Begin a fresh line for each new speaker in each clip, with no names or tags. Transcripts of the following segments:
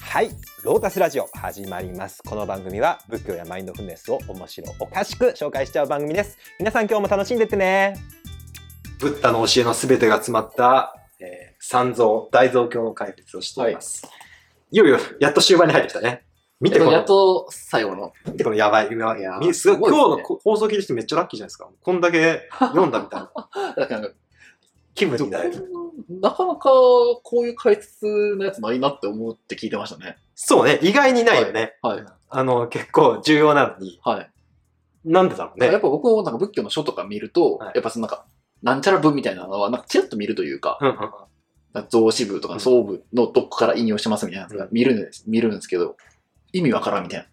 はいロータスラジオ始まりますこの番組は仏教やマインドフルネスを面白おかしく紹介しちゃう番組です皆さん今日も楽しんでってね
ブッダの教えのすべてが詰まった、えー、三蔵、大蔵経の解説をしています。い、よいよ、やっと終盤に入ってきたね。見てこの、
やっと最後の。
見てこのやばい。今
いやー
みすごい
すごいですね
今日の放送聞いて人めっちゃラッキーじゃないですか。こんだけ読んだみたい な
だからなんか
気分になれる。
なかなかこういう解説のやつないなって思って聞いてましたね。
そうね、意外にないよね。
はい。
あの、結構重要なのに。
はい。
なんでだろう
や
ね
っ。ぱ僕もなんか仏教の書とか見ると、
はい
やっぱそのなんか、なんちゃら文みたいなのは、なんかちらっと見るというか、
うんうんうん
なんか造詞部と
う
か
ん
総部のどこから引用してますみたいなやつが
うん
見るんです、見るんですけど、意味わからんみたいな。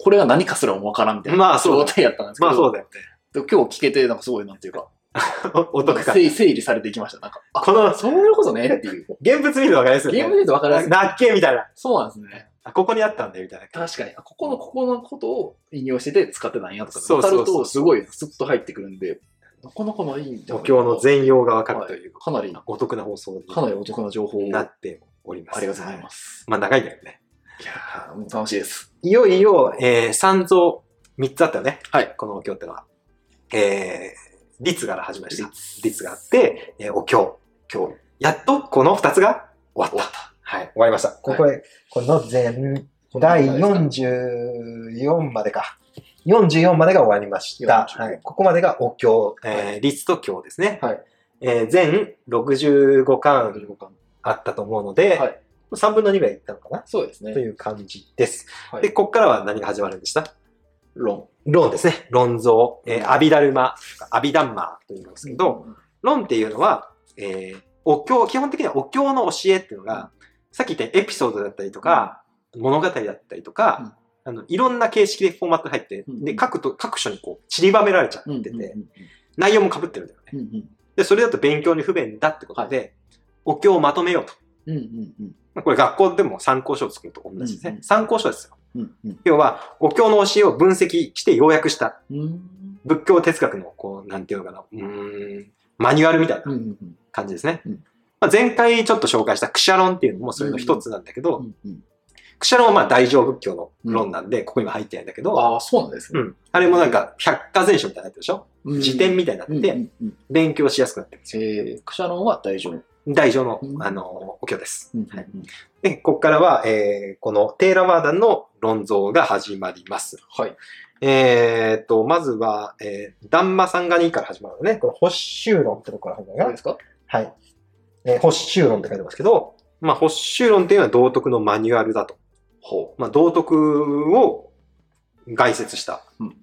これが何かすらもわからんみたいな
まあそう
状
だ
態やったんですけど、
まあそうだよ
でも今日聞けて、なんかすごいなんていうか、
ね。おお
なん
得
か
か。
整整理されていきました。なんか、あ、
この
そういうことねっていう。
現物見るとわかりやすい
ゲー
よ
ム
ね。
で言うとわかりやすい。
なっけみたいな。
そうなんですね。
あここにあったんだよみたいな。
確かに、あここの、ここのことを引用してて使ってたんやとか、
そう
分
そ
か
うそう
ると、すごいスッと入ってくるんで、なかなかないんじゃ
お
ない
経の全容がわかるという、
かなり、か
お得な放送
なりお得な情報を
になっております。
ありがとうございます。
まあ長いけどね。
いやー、もう楽しいです。
いよいよ、えー、三蔵、三つあったよね。
はい。
このお経ってのは。えー、律から始まりました。律があって、えー、お経、経。やっとこの二つが終わった。はい、終わりました。ここへ、この全、第44までか。44までが終わりました。
44
はい、ここまでがお経、えー、律と経ですね。
はい。
えー、全65
はい
巻あったと思うので、
はい
3分の2ぐらいいったのかな
そうですね
と。いう感じです。
はい
で、ここからは何が始まるんでした
論。
論ですね。論像、えーアビダルマ、アビダンマーというんですけど、論っていうのは、えーお経、基本的にはお経の教えっていうのが、さっき言ったエピソードだったりとか、物語だったりとか、あの、いろんな形式でフォーマットが入って、
うん
で、各と、各所にこう、散りばめられちゃっ
うん、
て
うん
て、内容も被ってるんだよね。
うんうん
で、それだと勉強に不便だってことで、お経をまとめようと。
うんうんうん
まあこれ学校でも参考書を作ると同じです
うん
ね
う。ん
参考書ですよ。
うんうん
要は、お経の教えを分析して要約した
うん
仏教哲学の、こう、なんていうのかな、うーん、マニュアルみたい
うんう
なん感じですね。
うん
まあ、前回ちょっと紹介したクシャ論っていうのもそれの一つなんだけど、
うんうん
クシャ論はまあ大乗仏教の論なんで、ここには入ってないんだけど、
ああ、そうなんです
う
ね。
ん。あれもなんか、百科全書みたいになってるでしょ
うん
辞典みたいにな
う
っ
んう
て、
んうん
勉強しやすくなってる。
えー、クシャロンは大丈夫。
大乗の
う、ん
あのー、お経です。
うん
はい
うんうん
で、ここからは、えー、このテーラワーダンの論像が始まります。
はい。
えー、と、まずは、えー、ダンマサンガニーから始まるのね。この、保守論ってところから始まるか
ど
な
うですか
はい。えー、保守論って書いてますけど、まあ、保守論っていうのは道徳のマニュアルだと。
ほ
まあ、道徳を概説した
うん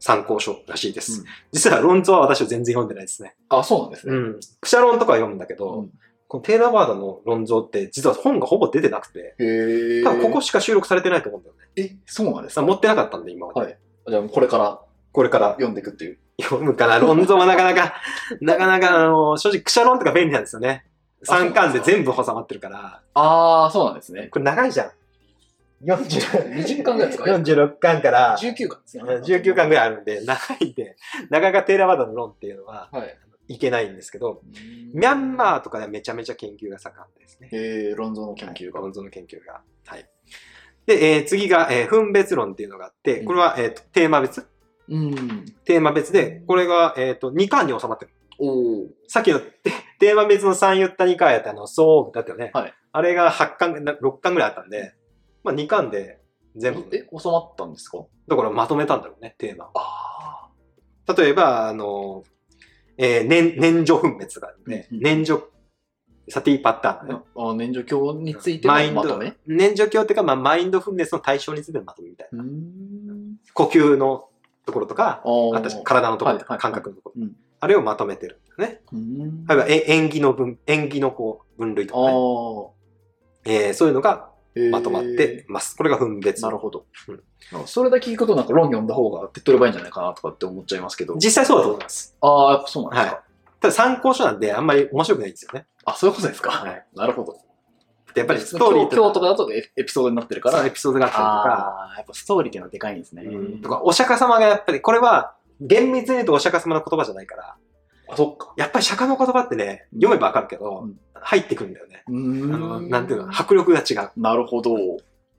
参考書らしいです。
うん
実は論調は私は全然読んでないですね。
あ、そうなんですね。
うん。クシャ論とかは読むんだけど、
うん
このテーラバードの論調って実は本がほぼ出てなくて、
へえ。
多分ここしか収録されてないと思うんだよね。
え、そうなんです
さ持ってなかったんで今まで。
はいじゃあ、これから
これから
読んでいくっていう。
読むかな。論調はなかな か、なかなか、あの、正直クシャ論とか便利なんですよね。
あそう
三巻で全部収まってるから。
ああ、そうなんですね。
これ長いじゃん。
20巻ぐらいですか
46巻から
19巻ですね。
19巻ぐらいあるんで、長いんで、なかなかテーラワーダの論っていうのは
はい。
いけないんですけど、ミャンマーとかではめちゃめちゃ研究が盛んですね。
へえ、論争の研究が。
論争の研究が。はい。で、えー次が、えー分別論っていうのがあって、これは、えーとテーマ別
うん。
テーマ別で、これが、えー、と2巻に収まってる。
おお。
さっきのテテーマ別の3言った2回やったあの、そうだったよね。
はい
あれが8巻、な6巻ぐらいあったんで、まあ2巻で全部、
え、収まったんですか
だからまとめたんだろうね、テーマを。
ああ。
例えば、あの、えー、年、年女分別があるね。
うんうん
年女、サティパターンね。
あ年女教についての
マイン
ま
ド
とめ。、
年女教っていうか、まあ、マインドフルネスの対象についてのまとめみたいうな。
ーん。
呼吸のところとか、
あ
あと体のところとか、
はいはいは
感
い
覚のとこ
う
ろ
ん。
あれをまとめてるんだよね。あるいは、え縁起の分、縁起のこう、分類と
ああ
かね。えーそういうのが
ー。へー
まとまって。ます。これが分別。
なるほど
うん。
それだけ聞くと、なんか論読んだ方が手っ取り早いんじゃないかなとかって思っちゃいますけど。
実際そうだと思います。
ああ、やっぱそうなんですか。
ただ参考書なんで、あんまり面白くないんですよね。
あ、そういうことですか。
はい。
なるほど。
やっぱりストーリー
今日と
か、
かだとエピエピソードになってるから
そうエピソードがあったりとか、
あーやっぱストーリーっていうのはでかいんですね。
とか、お釈迦様がやっぱり、これは厳密に言うとお釈迦様の言葉じゃないから、
あ、そっか。
やっぱり釈迦の言葉ってね、読めばわかるけど、
うん
入ってくるんだよね。
う
あ
ー
の、なんていうの、迫力が違う。
なるほど。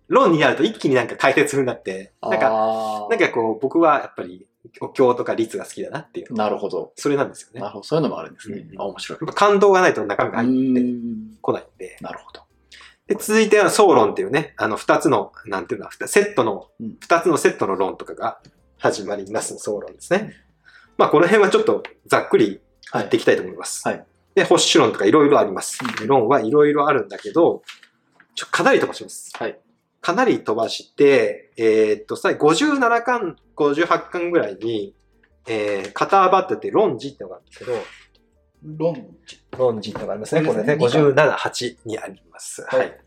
論になると一気になんか解説風になって、なんか、
か
なんかこう、僕はやっぱり、お経とか律が好きだなっていう、
なるほど。
それなんですよね。
な
や
るほど。そういうのもあるんですね
う。ん
あ、面白い。
っぱ感動がないと中身が
う
入って
ーん
こないんで。
なるほど。
で、続いては、総論っていうね、あの、二つの、なんていうの、ふたセットの
うん、
二つのセットの論とかが始まります、総論ですね。まあ、この辺はちょっとざっくり
は
やっていきたいと思います。
はい
で、保守論とかいろいろあります。
うん
論はいろいろあるんだけど、ちょかなり飛ばします。
はい
かなり飛ばして、えーっと、さ57巻、58巻ぐらいに、えー、カターバットって論辞ってのがあるんですけど、
論
論辞ってのがあります
ねこれね
57、8にあります。
はい
はい。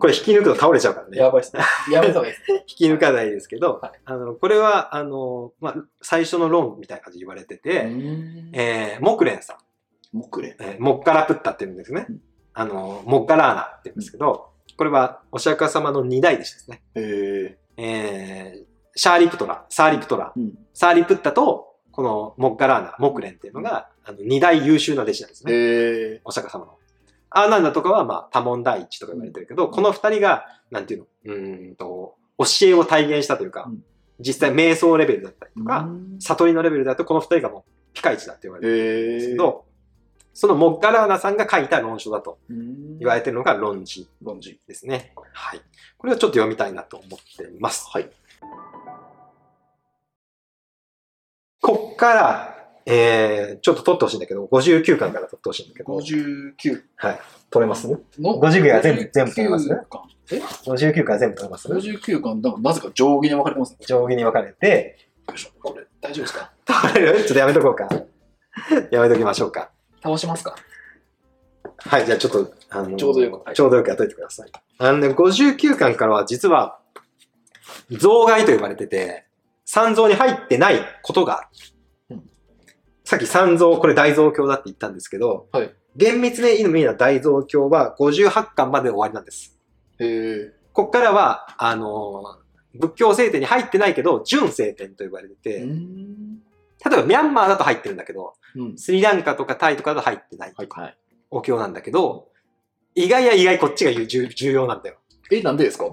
これ引き抜くと倒れちゃうからね。
ばいですね。やばいですね。
引き抜かないですけど、
はい
あの、これは、あの、まあ、最初の論みたいな感じで言われて
う
て、
ーん
えー、木蓮さん。
木蓮。
えーモッカラプッタって言うんですね
うん。
あの、モッカラーナって言うんですけど、これはお釈迦様の二大弟子ですね。
え
えー、シャーリプトラ、サーリプトラ、
ーうん
サーリプッタと、このモッカラーナ、モクレンっていうのが、あの二大優秀な弟子なんです
え
ね。
ー
お釈迦様の。アーナンダとかは、まあ、多聞第一とか言われてるけど、この二人が、なんていうの、うーんと、教えを体現したというか、
うん
実際瞑想レベルだったりと
う
か、
ん
悟りのレベルだと、この二人がもう、ピカイチだって言われてる
え
ですけ
ー
ど、そのモッガラーナさんが書いた論書だと
うん
言われてるのが論辞
論辞。
ですね。はい。これをちょっと読みたいなと思っています。
はい。
こっから、えー、ちょっと取ってほしいんだけど、59巻から取ってほしいんだけど、
59
はい。取れます
の
59が全部全部取れますね
59巻え
?59 巻全部取れます
59巻、なんかなぜか上下に分かれてますね。
上下に分かれて、
よいしょこれ、大丈夫ですか
取れるちょっとやめとこうか。やめときましょうか。
倒しますか
はい、じゃあちょっと、あの
ちょうどよくはい
ちょうどよくやっといてください。あのね、59巻からは実は、増外と呼ばれてて、三蔵に入ってないことがある。
うん
さっき三蔵、これ大蔵経だって言ったんですけど、
はい
厳密に意味の大蔵経は58巻まで終わりなんです。
えー
こっからは、あのー仏教聖典に入ってないけど、純聖典と呼ばれてて、
うー
例え
ん
ばミャンマーだと入ってるんだけど、
うん。
スリランカとかタイとかだと入ってない
はい。はい。
お経なんだけど、意外や意外こっちが重重要なんだよ。
え、なんでですか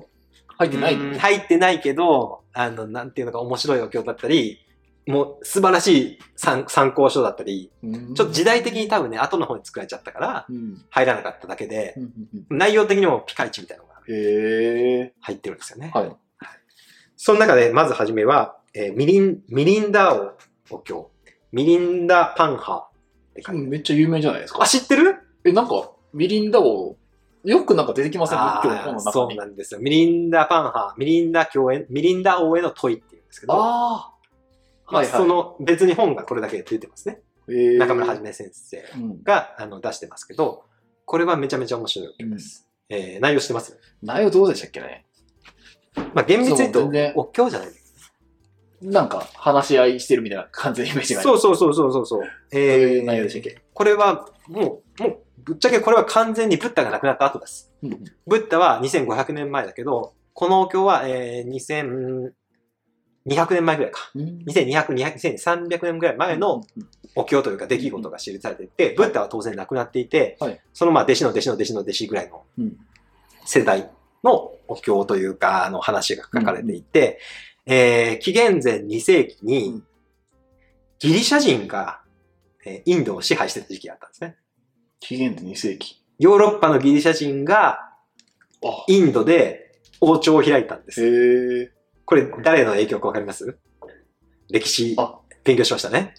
入ってないの
うん入ってないけど、あの、なんていうのか面白いお経だったり、もう素晴らしい参参考書だったり、ちょっと時代的に多分ね、後の方に作られちゃったから、
うん
入らなかっただけで
う、んうん
内容的にもピカイチみたいなのが
うんへ
入ってるんですよね。
ーはい。
その中で、まずはじめは、えーミリン、ミリンダーお経。ミリンダパンハって書いてある
めっちゃ有名じゃないです
あ、
か。
知ってる
え、なんか、ミリンダを、よくなんか出てきません
あ
仏教の本の
ー
中
そう
に。
なんですよ。ミリンダパンハ、ミリンダ教へ、ミリンダ王への問いっていうんですけど、
あ
まあ
はいはい
その別に本がこれだけ出てますね。
あ。えー
中村はじめ先生
うん。
があの出してますけど、これはめちゃめちゃ面白いお経です。えー内容してます。
内容どうでしたっけね
まあ、厳密に言う
そう全然
と、お経じゃない。
なんか、話し合いしてるみたいな感じのイメージがあり
そ
ま
うそうそうそうそうそう。
どう
え
い
ー
う内容でしたっけ
これはもう、もう、ぶっちゃけこれは完全にブッダが亡くなった後です。
す。うん
ブッダは2500年前だけど、このお経は、えー、2200年前ぐらいか。
うん
2200、200 2300年ぐらい前の
うん
お経というか出来事が記されていて、ブッダは当然亡くなっていて、
はい
そのまあ弟子の弟子の弟子の弟子ぐらいの
うん
世代のお経というか、あの話が書かれていて、えー紀元前2世紀
う
に
ん
ギリシャ人が、えーインドを支配してた時期があったんですね。
紀元前2世紀。
ヨーロッパのギリシャ人が
あ、
インドで王朝を開いたんで
へ
す。
え。
これ誰の影響かわかります歴史
あ
勉強しましたね。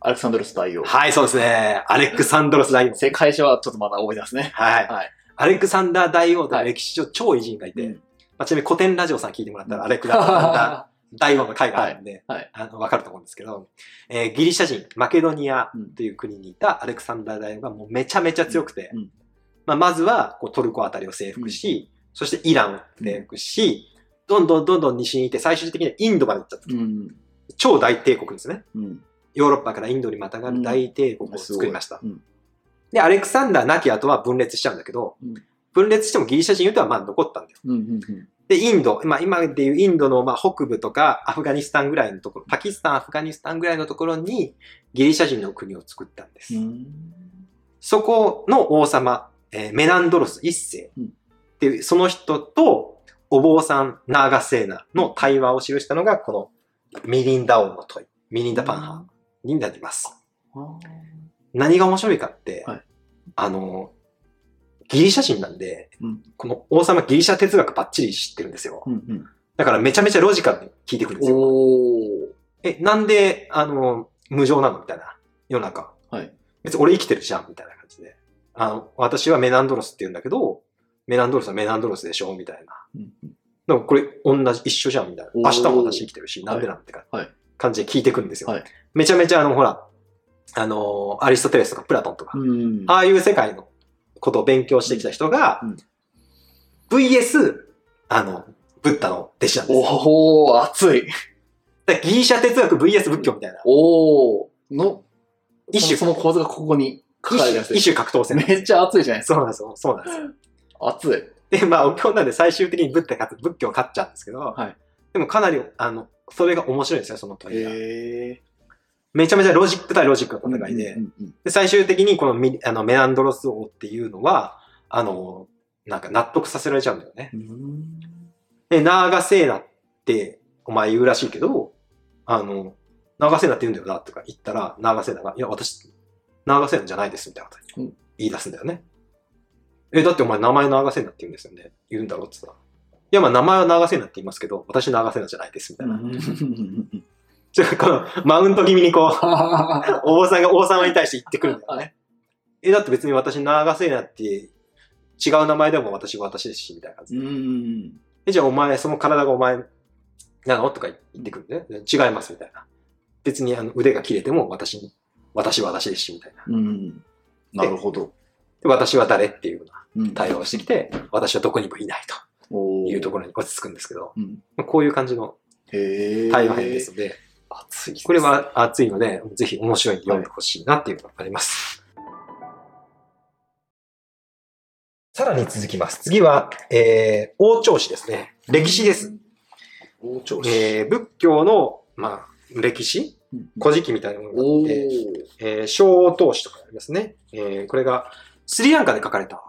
アレクサンドロス大王。
はい、そうですね。アレックサンドロス大王。
世界史はちょっとまだ覚えてますね。
はい。
はい
アレクサンダー大王という歴史上超偉人がいて、
うん
まあ、ちなみに古典ラジオさん聞いてもらった
う
ら、
ん
アレクサン ダー大王の会があるんで、
はいはい
あのわかると思うんですけど、えーギリシャ人、マケドニア
うん
という国にいたアレクサンダー大王がもうめちゃめちゃ強くて、
うんうん
まあ、まずはこうトルコあたりを征服し、そしてイランを征服し、どんどんどんどん西に行って最終的にはインドまで行っちゃった。
うん。
超大帝国ですね。
うん。
ヨーロッパからインドにまたがる大帝国を作りました。
うんすごいうん
で、アレクサンダー亡き後は分裂しちゃうんだけど、
うん
分裂してもギリシャ人とはまあ残ったんだよ。
うん。うんうん。
で、インド、まあ今でいうインドのまあ北部とかアフガニスタンぐらいのところ、パキスタン、アフガニスタンぐらいのところにギリシャ人の国を作ったんです。
うん
そこの王様、えーメナンドロス一世っていう、その人とお坊さん、ナーガセーナの対話を記したのが、このミリンダオンの問い、ミリンダパンハになります。何が面白いかって、
はい
あの、ギリシャ人なんで、
うん
この王様ギリシャ哲学ばっちり知ってるんですよ。
うんうん。
だからめちゃめちゃロジカルに聞いてくるんですよ。
おー。
え、なんで、あの、無常なのみたいな、世の中。
はい
別に俺生きてるじゃんみたいな感じで。あの、私はメナンドロスって言うんだけど、メナンドロスはメナンドロスでしょみたいな。
うんうん
でもこれ同じ、一緒じゃんみたいな。
おー
明日も私生きてるし、なんでなんてか、
はい
感じで聞いてくるんですよ。
はい
めちゃめちゃあの、ほら、あのーアリストテレスとかプラトンとか、
うん。
ああいう世界のことを勉強してきた人が、
うん
VS、あの、ブッダの弟子なんですよ。
おー、熱い。
だからギリシャ哲学 VS 仏教みたいな。
おー。の、
一種
その構図がここに書かれてま
一
す
種一種格闘戦なんです
めっちゃ熱いじゃないです
そうなんですよ。そうなんですよ。
か。熱い。
で、まあ、お経なんで最終的にブッダ勝つ、仏教勝っちゃうんですけど、
はい
でもかなり、あの、それが面白いんですよ、その問いが。
へ
めちゃめちゃロジック対ロジックの
ー。
戦いで、
うんうん
で最終的にこのミあのメナンドロス王っていうのは、あの、なんか納得させられちゃうんだよね。
うん。
で、ナーガセーナってお前言うらしいけど、あの、ナーガセーナって言うんだよなとか言ったら、ナーガセーナが、いや、私、ナーガセーナじゃないですみたいなこと
うん
言い出すんだよね。え、だってお前名前ナーガセーナって言うんですよね。言うんだろうってさ。いや、まあ名前はナーガセーナって言いますけど、私ナーガセーナじゃないですみたいな。
うん
ちょっとこのマウント気味にこう、
あ
お坊さんが王様に対して言ってくるんだよ
は
ね。え、だって別に私、長瀬なって、違う名前でも私は私ですし、みたいな感
ー
じ
う
で。
ん。
え、じゃあお前、その体がお前なのとか言ってくるね。違います、みたいな。別にあの腕が切れても私に、私は私ですし、みたいな。
うん。なるほど。
で私は誰っていうような
うん
対応をしてきて、私はどこにもいないと
お
いうとこ
ろ。
ろに落ち着くんですけど、
うん
まあこういう感じの
へえ。
対話編です。ので、
熱いです。
これは熱いので、ぜひ面白いんで読んでほしいなっていうのがあります。さらに続きます。次は、えー、王朝史ですね。歴史です。。
王朝史。
えー、仏教の、まあ、歴史
うん
古事記みたいなものがあ
お
って、
ー。
えー、小王統史とかありますね。えー、これが、スリランカで書かれた、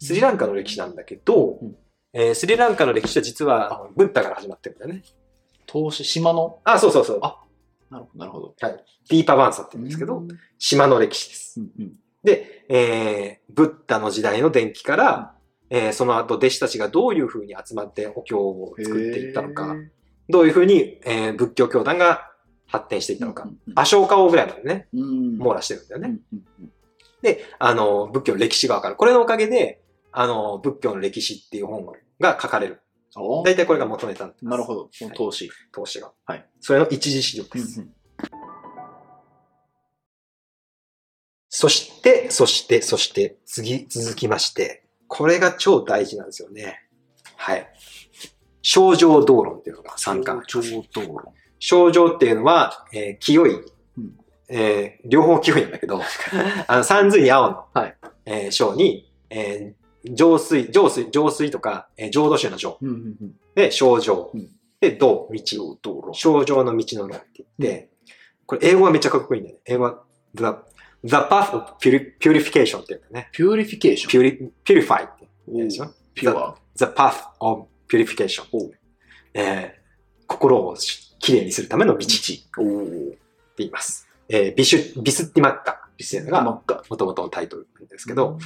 スリランカの歴史なんだけど、
うん
えー、スリランカの歴史は実は、あの文太から始まってるんだよね。
投資、島の。
あ、そうそうそう。
あなるほど、なるほど。
ディーパバンサって言うんですけど、
うん
島の歴史です。
うん。
で、えー、ブッダの時代の伝記から、えーその後弟子たちがどういうふうに集まってお経を作っていったのか、どういうふうに、えー仏教教団が発展していったのか、アショーカ王ぐらいまでね、
うん。
網
ら
羅してるんだよ
う
ね。
んうんうん。
で、あの、仏教の歴史がわかる。これのおかげで、あの、仏教の歴史っていう本が書かれる。
お
大体これが元ネタになってます
なるほど。投資。
投資が。
はい
それの一次資料です。そして、そして、そして、次、続きまして、これが超大事なんですよね。はい。症状道論っていうのが参加。
超道路。
症状っていうのは、えー清い
うん。
えー両方清いんだけ ど、あの、三髄に青の、
はい
えー章に、えー浄水、浄水、浄水とか、えー浄土宗の浄。
うんうんうん。
で、症状
うん。
で、道、道。
超道路。
症状の道の論って言って、これ英語はめっちゃかっこいいんだよね。英語は、the, the path of puri- purification っていうんだよね。
ピューリフィケーショ
puri-
ン。
purify って
お
言うんでし
ー
ょ
ピュア。
The path of purification
おう。
えー心をしきれいにするための道って
おお。
言います。えービシュ、ビスティマッカっていうの
真
が
っ赤。
元々のタイトルなんですけど、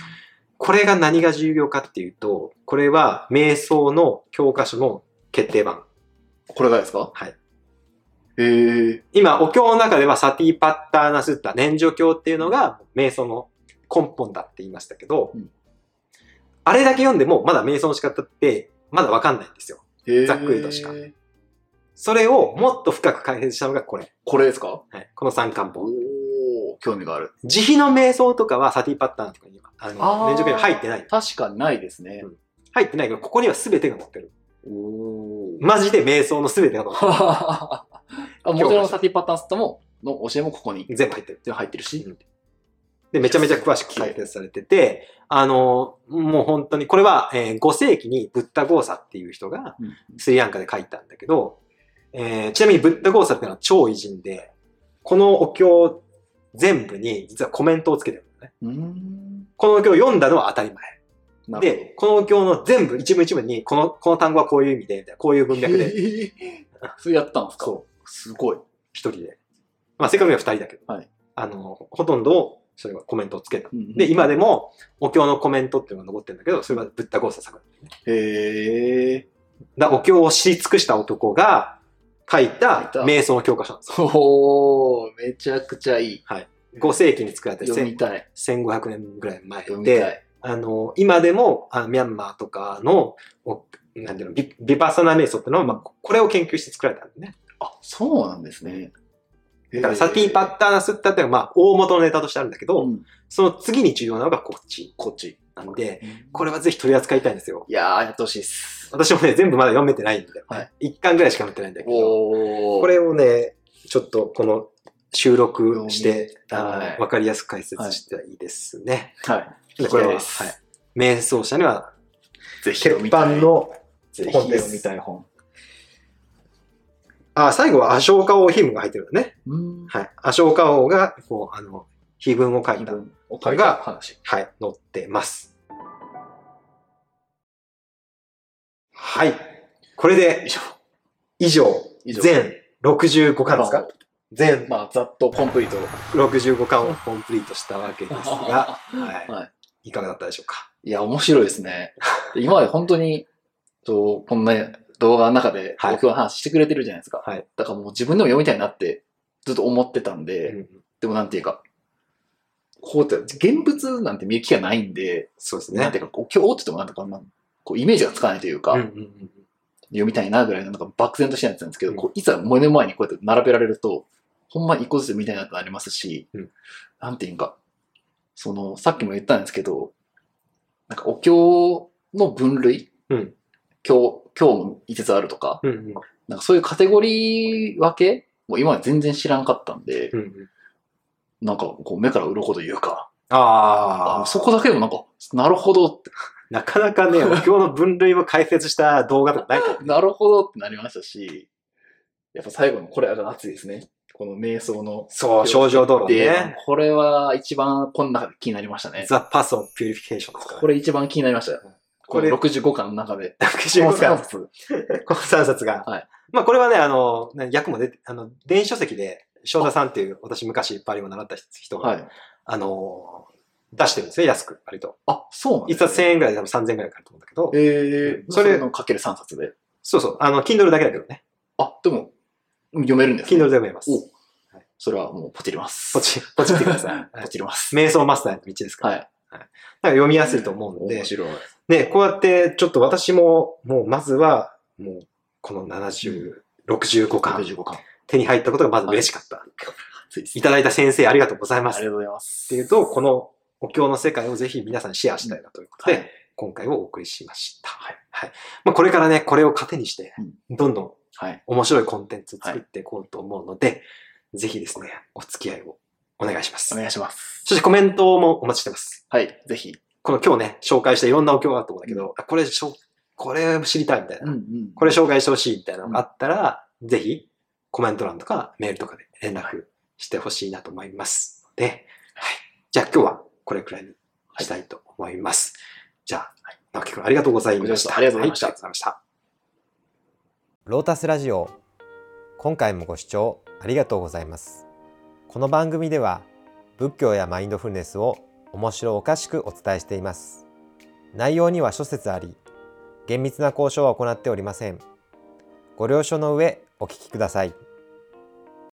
これが何が重要かっていうと、これは瞑想の教科書の決定版。
これがですか
はい。
へえ。
今、お経の中ではサティパッターナスッタ、念処経っていうのが瞑想の根本だって言いましたけど、
うん
あれだけ読んでもまだ瞑想の仕方ってまだわかんないんですよ。
へー
ざっくりとしかそれをもっと深く解説したのがこれ。
これですか
はい、この三漢方。
おー興味がある。
慈悲の瞑想とかはサティパッターンとかには、あの、
あー
念処経に入ってない。
確かにないですね。
入ってないけど、ここには全てが載ってる。
おー。
マジで瞑想の全てが載って
あもちろんサティパターンスタも、の教えもここに
る。全部入ってる。
全部入ってるし。
で、めちゃめちゃ詳しく解説されてて、あの、もう本当に、これは、えー5世紀にブッダゴーサっていう人が
うん
スリランカで書いたんだけど、えーちなみにブッダゴーサっていうのは超偉人で、このお経全部に実はコメントをつけてるんだね。
うーん。
このお経を読んだのは当たり前。
なる
で、このお経の全部、一文一文に、この、この単語はこういう意味で、みたいな、こういう
ほ
文
ど
脈で、
へえ それやったんですか。
そう
すごい。
一人で。まあ、正確には二人だけど、
はい
あの、ほとんど、それはコメントをつけた。
うん
で、今でも、お経のコメントっていうのが残ってるんだけど、それはブッダゴーサ作
へえ。
だお経を知り尽くした男が書いた
書いた
瞑想の教科書なんですよ。
おー、めちゃくちゃいい。
5世紀に作られて
読み
1000
たい。
1500年ぐらい前
読みた
で、
い。
あの、今でもあミャンマーとかの、おなんていうの、ビビパッサナ瞑想っていうのは、まあ、これを研究して作られたんでね。
あ、そうなんですね。
だからサティパッターナスってあったのが、まあ、大元のネタとしてあるんだけど、
うん
その次に重要なのがこっち、こっちなんで、これはぜひ取り扱いたいんですよ。
いやー、やってほしいっす。
私もね、全部まだ読めてないんだよね。
はい
1巻ぐらいしか読めてないんだけど。
おー。
これをね、ちょっとこの収録して、
読み
あ
はい
のわかりやすく解説したらいいですね。
は
で
い。
これは、
聞
はい
きたいです。
瞑想者には、
ぜひ
鉄
読みたい。
板の、
ぜひ
本です
読みたい本。
あ、最後はアショーカ王ヒムが入ってるよね。
うん。
はい。アショーカ王が、こう、あの、碑文を書い
自
た、
分を
書
書
い
い
た
た話。
はい、載ってます。はい。これで
以、上。
以上、
以上
全65巻ですか全
まあ、ざっとコンプリート。
65巻をコンプリートしたわけですが、はい
はい
かがだったでしょうか
いや、面白いですね。 で今まで本当に、とこんな動画の中で
はい
僕の話してくれてるじゃないですか。
はい
だからもう自分でも読みたいなってずっと思ってたんで、
うん
でもなんていうか、こうやって、現物なんて見る機会ないんで、
そうです
な
ね
んて。いうか、こう今日って言ってもなんていうか、あんまこうイメージがつかないというか、
うんうんうん
読みたいなぐらいのなんか漠然としてたやつなんですけど、
うん
こういざ目の前にこうやって並べられると、ほんま一個ずつみたいなってなりますし、
うん
なんていうんか、その、さっきも言ったんですけど、なんかお経の分類、
うん
経、経も5つあるとか、
うんうん
なんかそういうカテゴリー分けもう今まで全然知らんかったんで、
うんうん
なんかこう目から鱗というか、
あ
あ
あ、
そこだけでもなんか、なるほどって、
なかな かね、お経の分類を解説した動画とかないから。
なるほどってなりましたし、やっぱ最後のこれが熱いですね。この瞑想の
そう、症状道路
で
ね。、
これは一番この中で気になりましたね。
ザ・パスオブ・ピュリフィケーションです から。
これ一番気になりました。
こ
こ
れ
れ65巻の中で。
65
この
巻
三、冊
この3冊が。
はい
まあこれはね、あの、ね役も出て、あの、電子書籍で、翔太さんっていう、私昔パリを習った人が、
はい。
あの、出してるんですね、安く、割と。
あ、そうなん
一冊1000円ぐらいで多分3000円ぐらいかかると思うんだけど、
え
うん
そ
それ
れのかける3冊で。
そうそう、あの、Kindle だけだけどね。
あ、でも、読めるんです
Kindle で
ね
も読めます。
おそれはもうポチります。
ポチ、ポチってください。はい
ポチります。
瞑想マスターの道ですから。
はい。
なんか読みやすいと思うんで
面、白い。
ね、こうやって、ちょっと私も、もうまずは、もう、この70、65巻、
65巻。
手に入ったことがまず嬉しかった。
熱いです
いただいた先生ありがとうござい
あ
ます。
りが
っ
とうございます。
ていうと、このお経の世界をぜひ皆さんシェアしたいなということで、
はい
今回をお送りしました。はい。まあ、これからね、これを糧にして、どんどん
はい。
面白いコンテンツを作っていこうと思うので、ぜひですね、お付き合いをお願いしま
お
す。
願いします。
そしてコメントもお待ちしてます。
はい。ぜひ。
この今日ね、紹介したいろんなお経があると思うんだけど、あこれしょ、これ知りたいみたいな、
ん
これ紹介してほしいみたいなのがあったら、ぜひコメント欄とかメールとかで連絡してほしいなと思いますので、はい。じゃあ今日はこれくらいにしたいと思います。じゃあ、直樹くんありがとうございました。
ありがとうございました
はありがとうございました。
ロータスラジオ今回もご視聴ありがとうございますこの番組では仏教やマインドフルネスを面白おかしくお伝えしています内容には諸説あり厳密な交渉は行っておりませんご了承の上お聞きください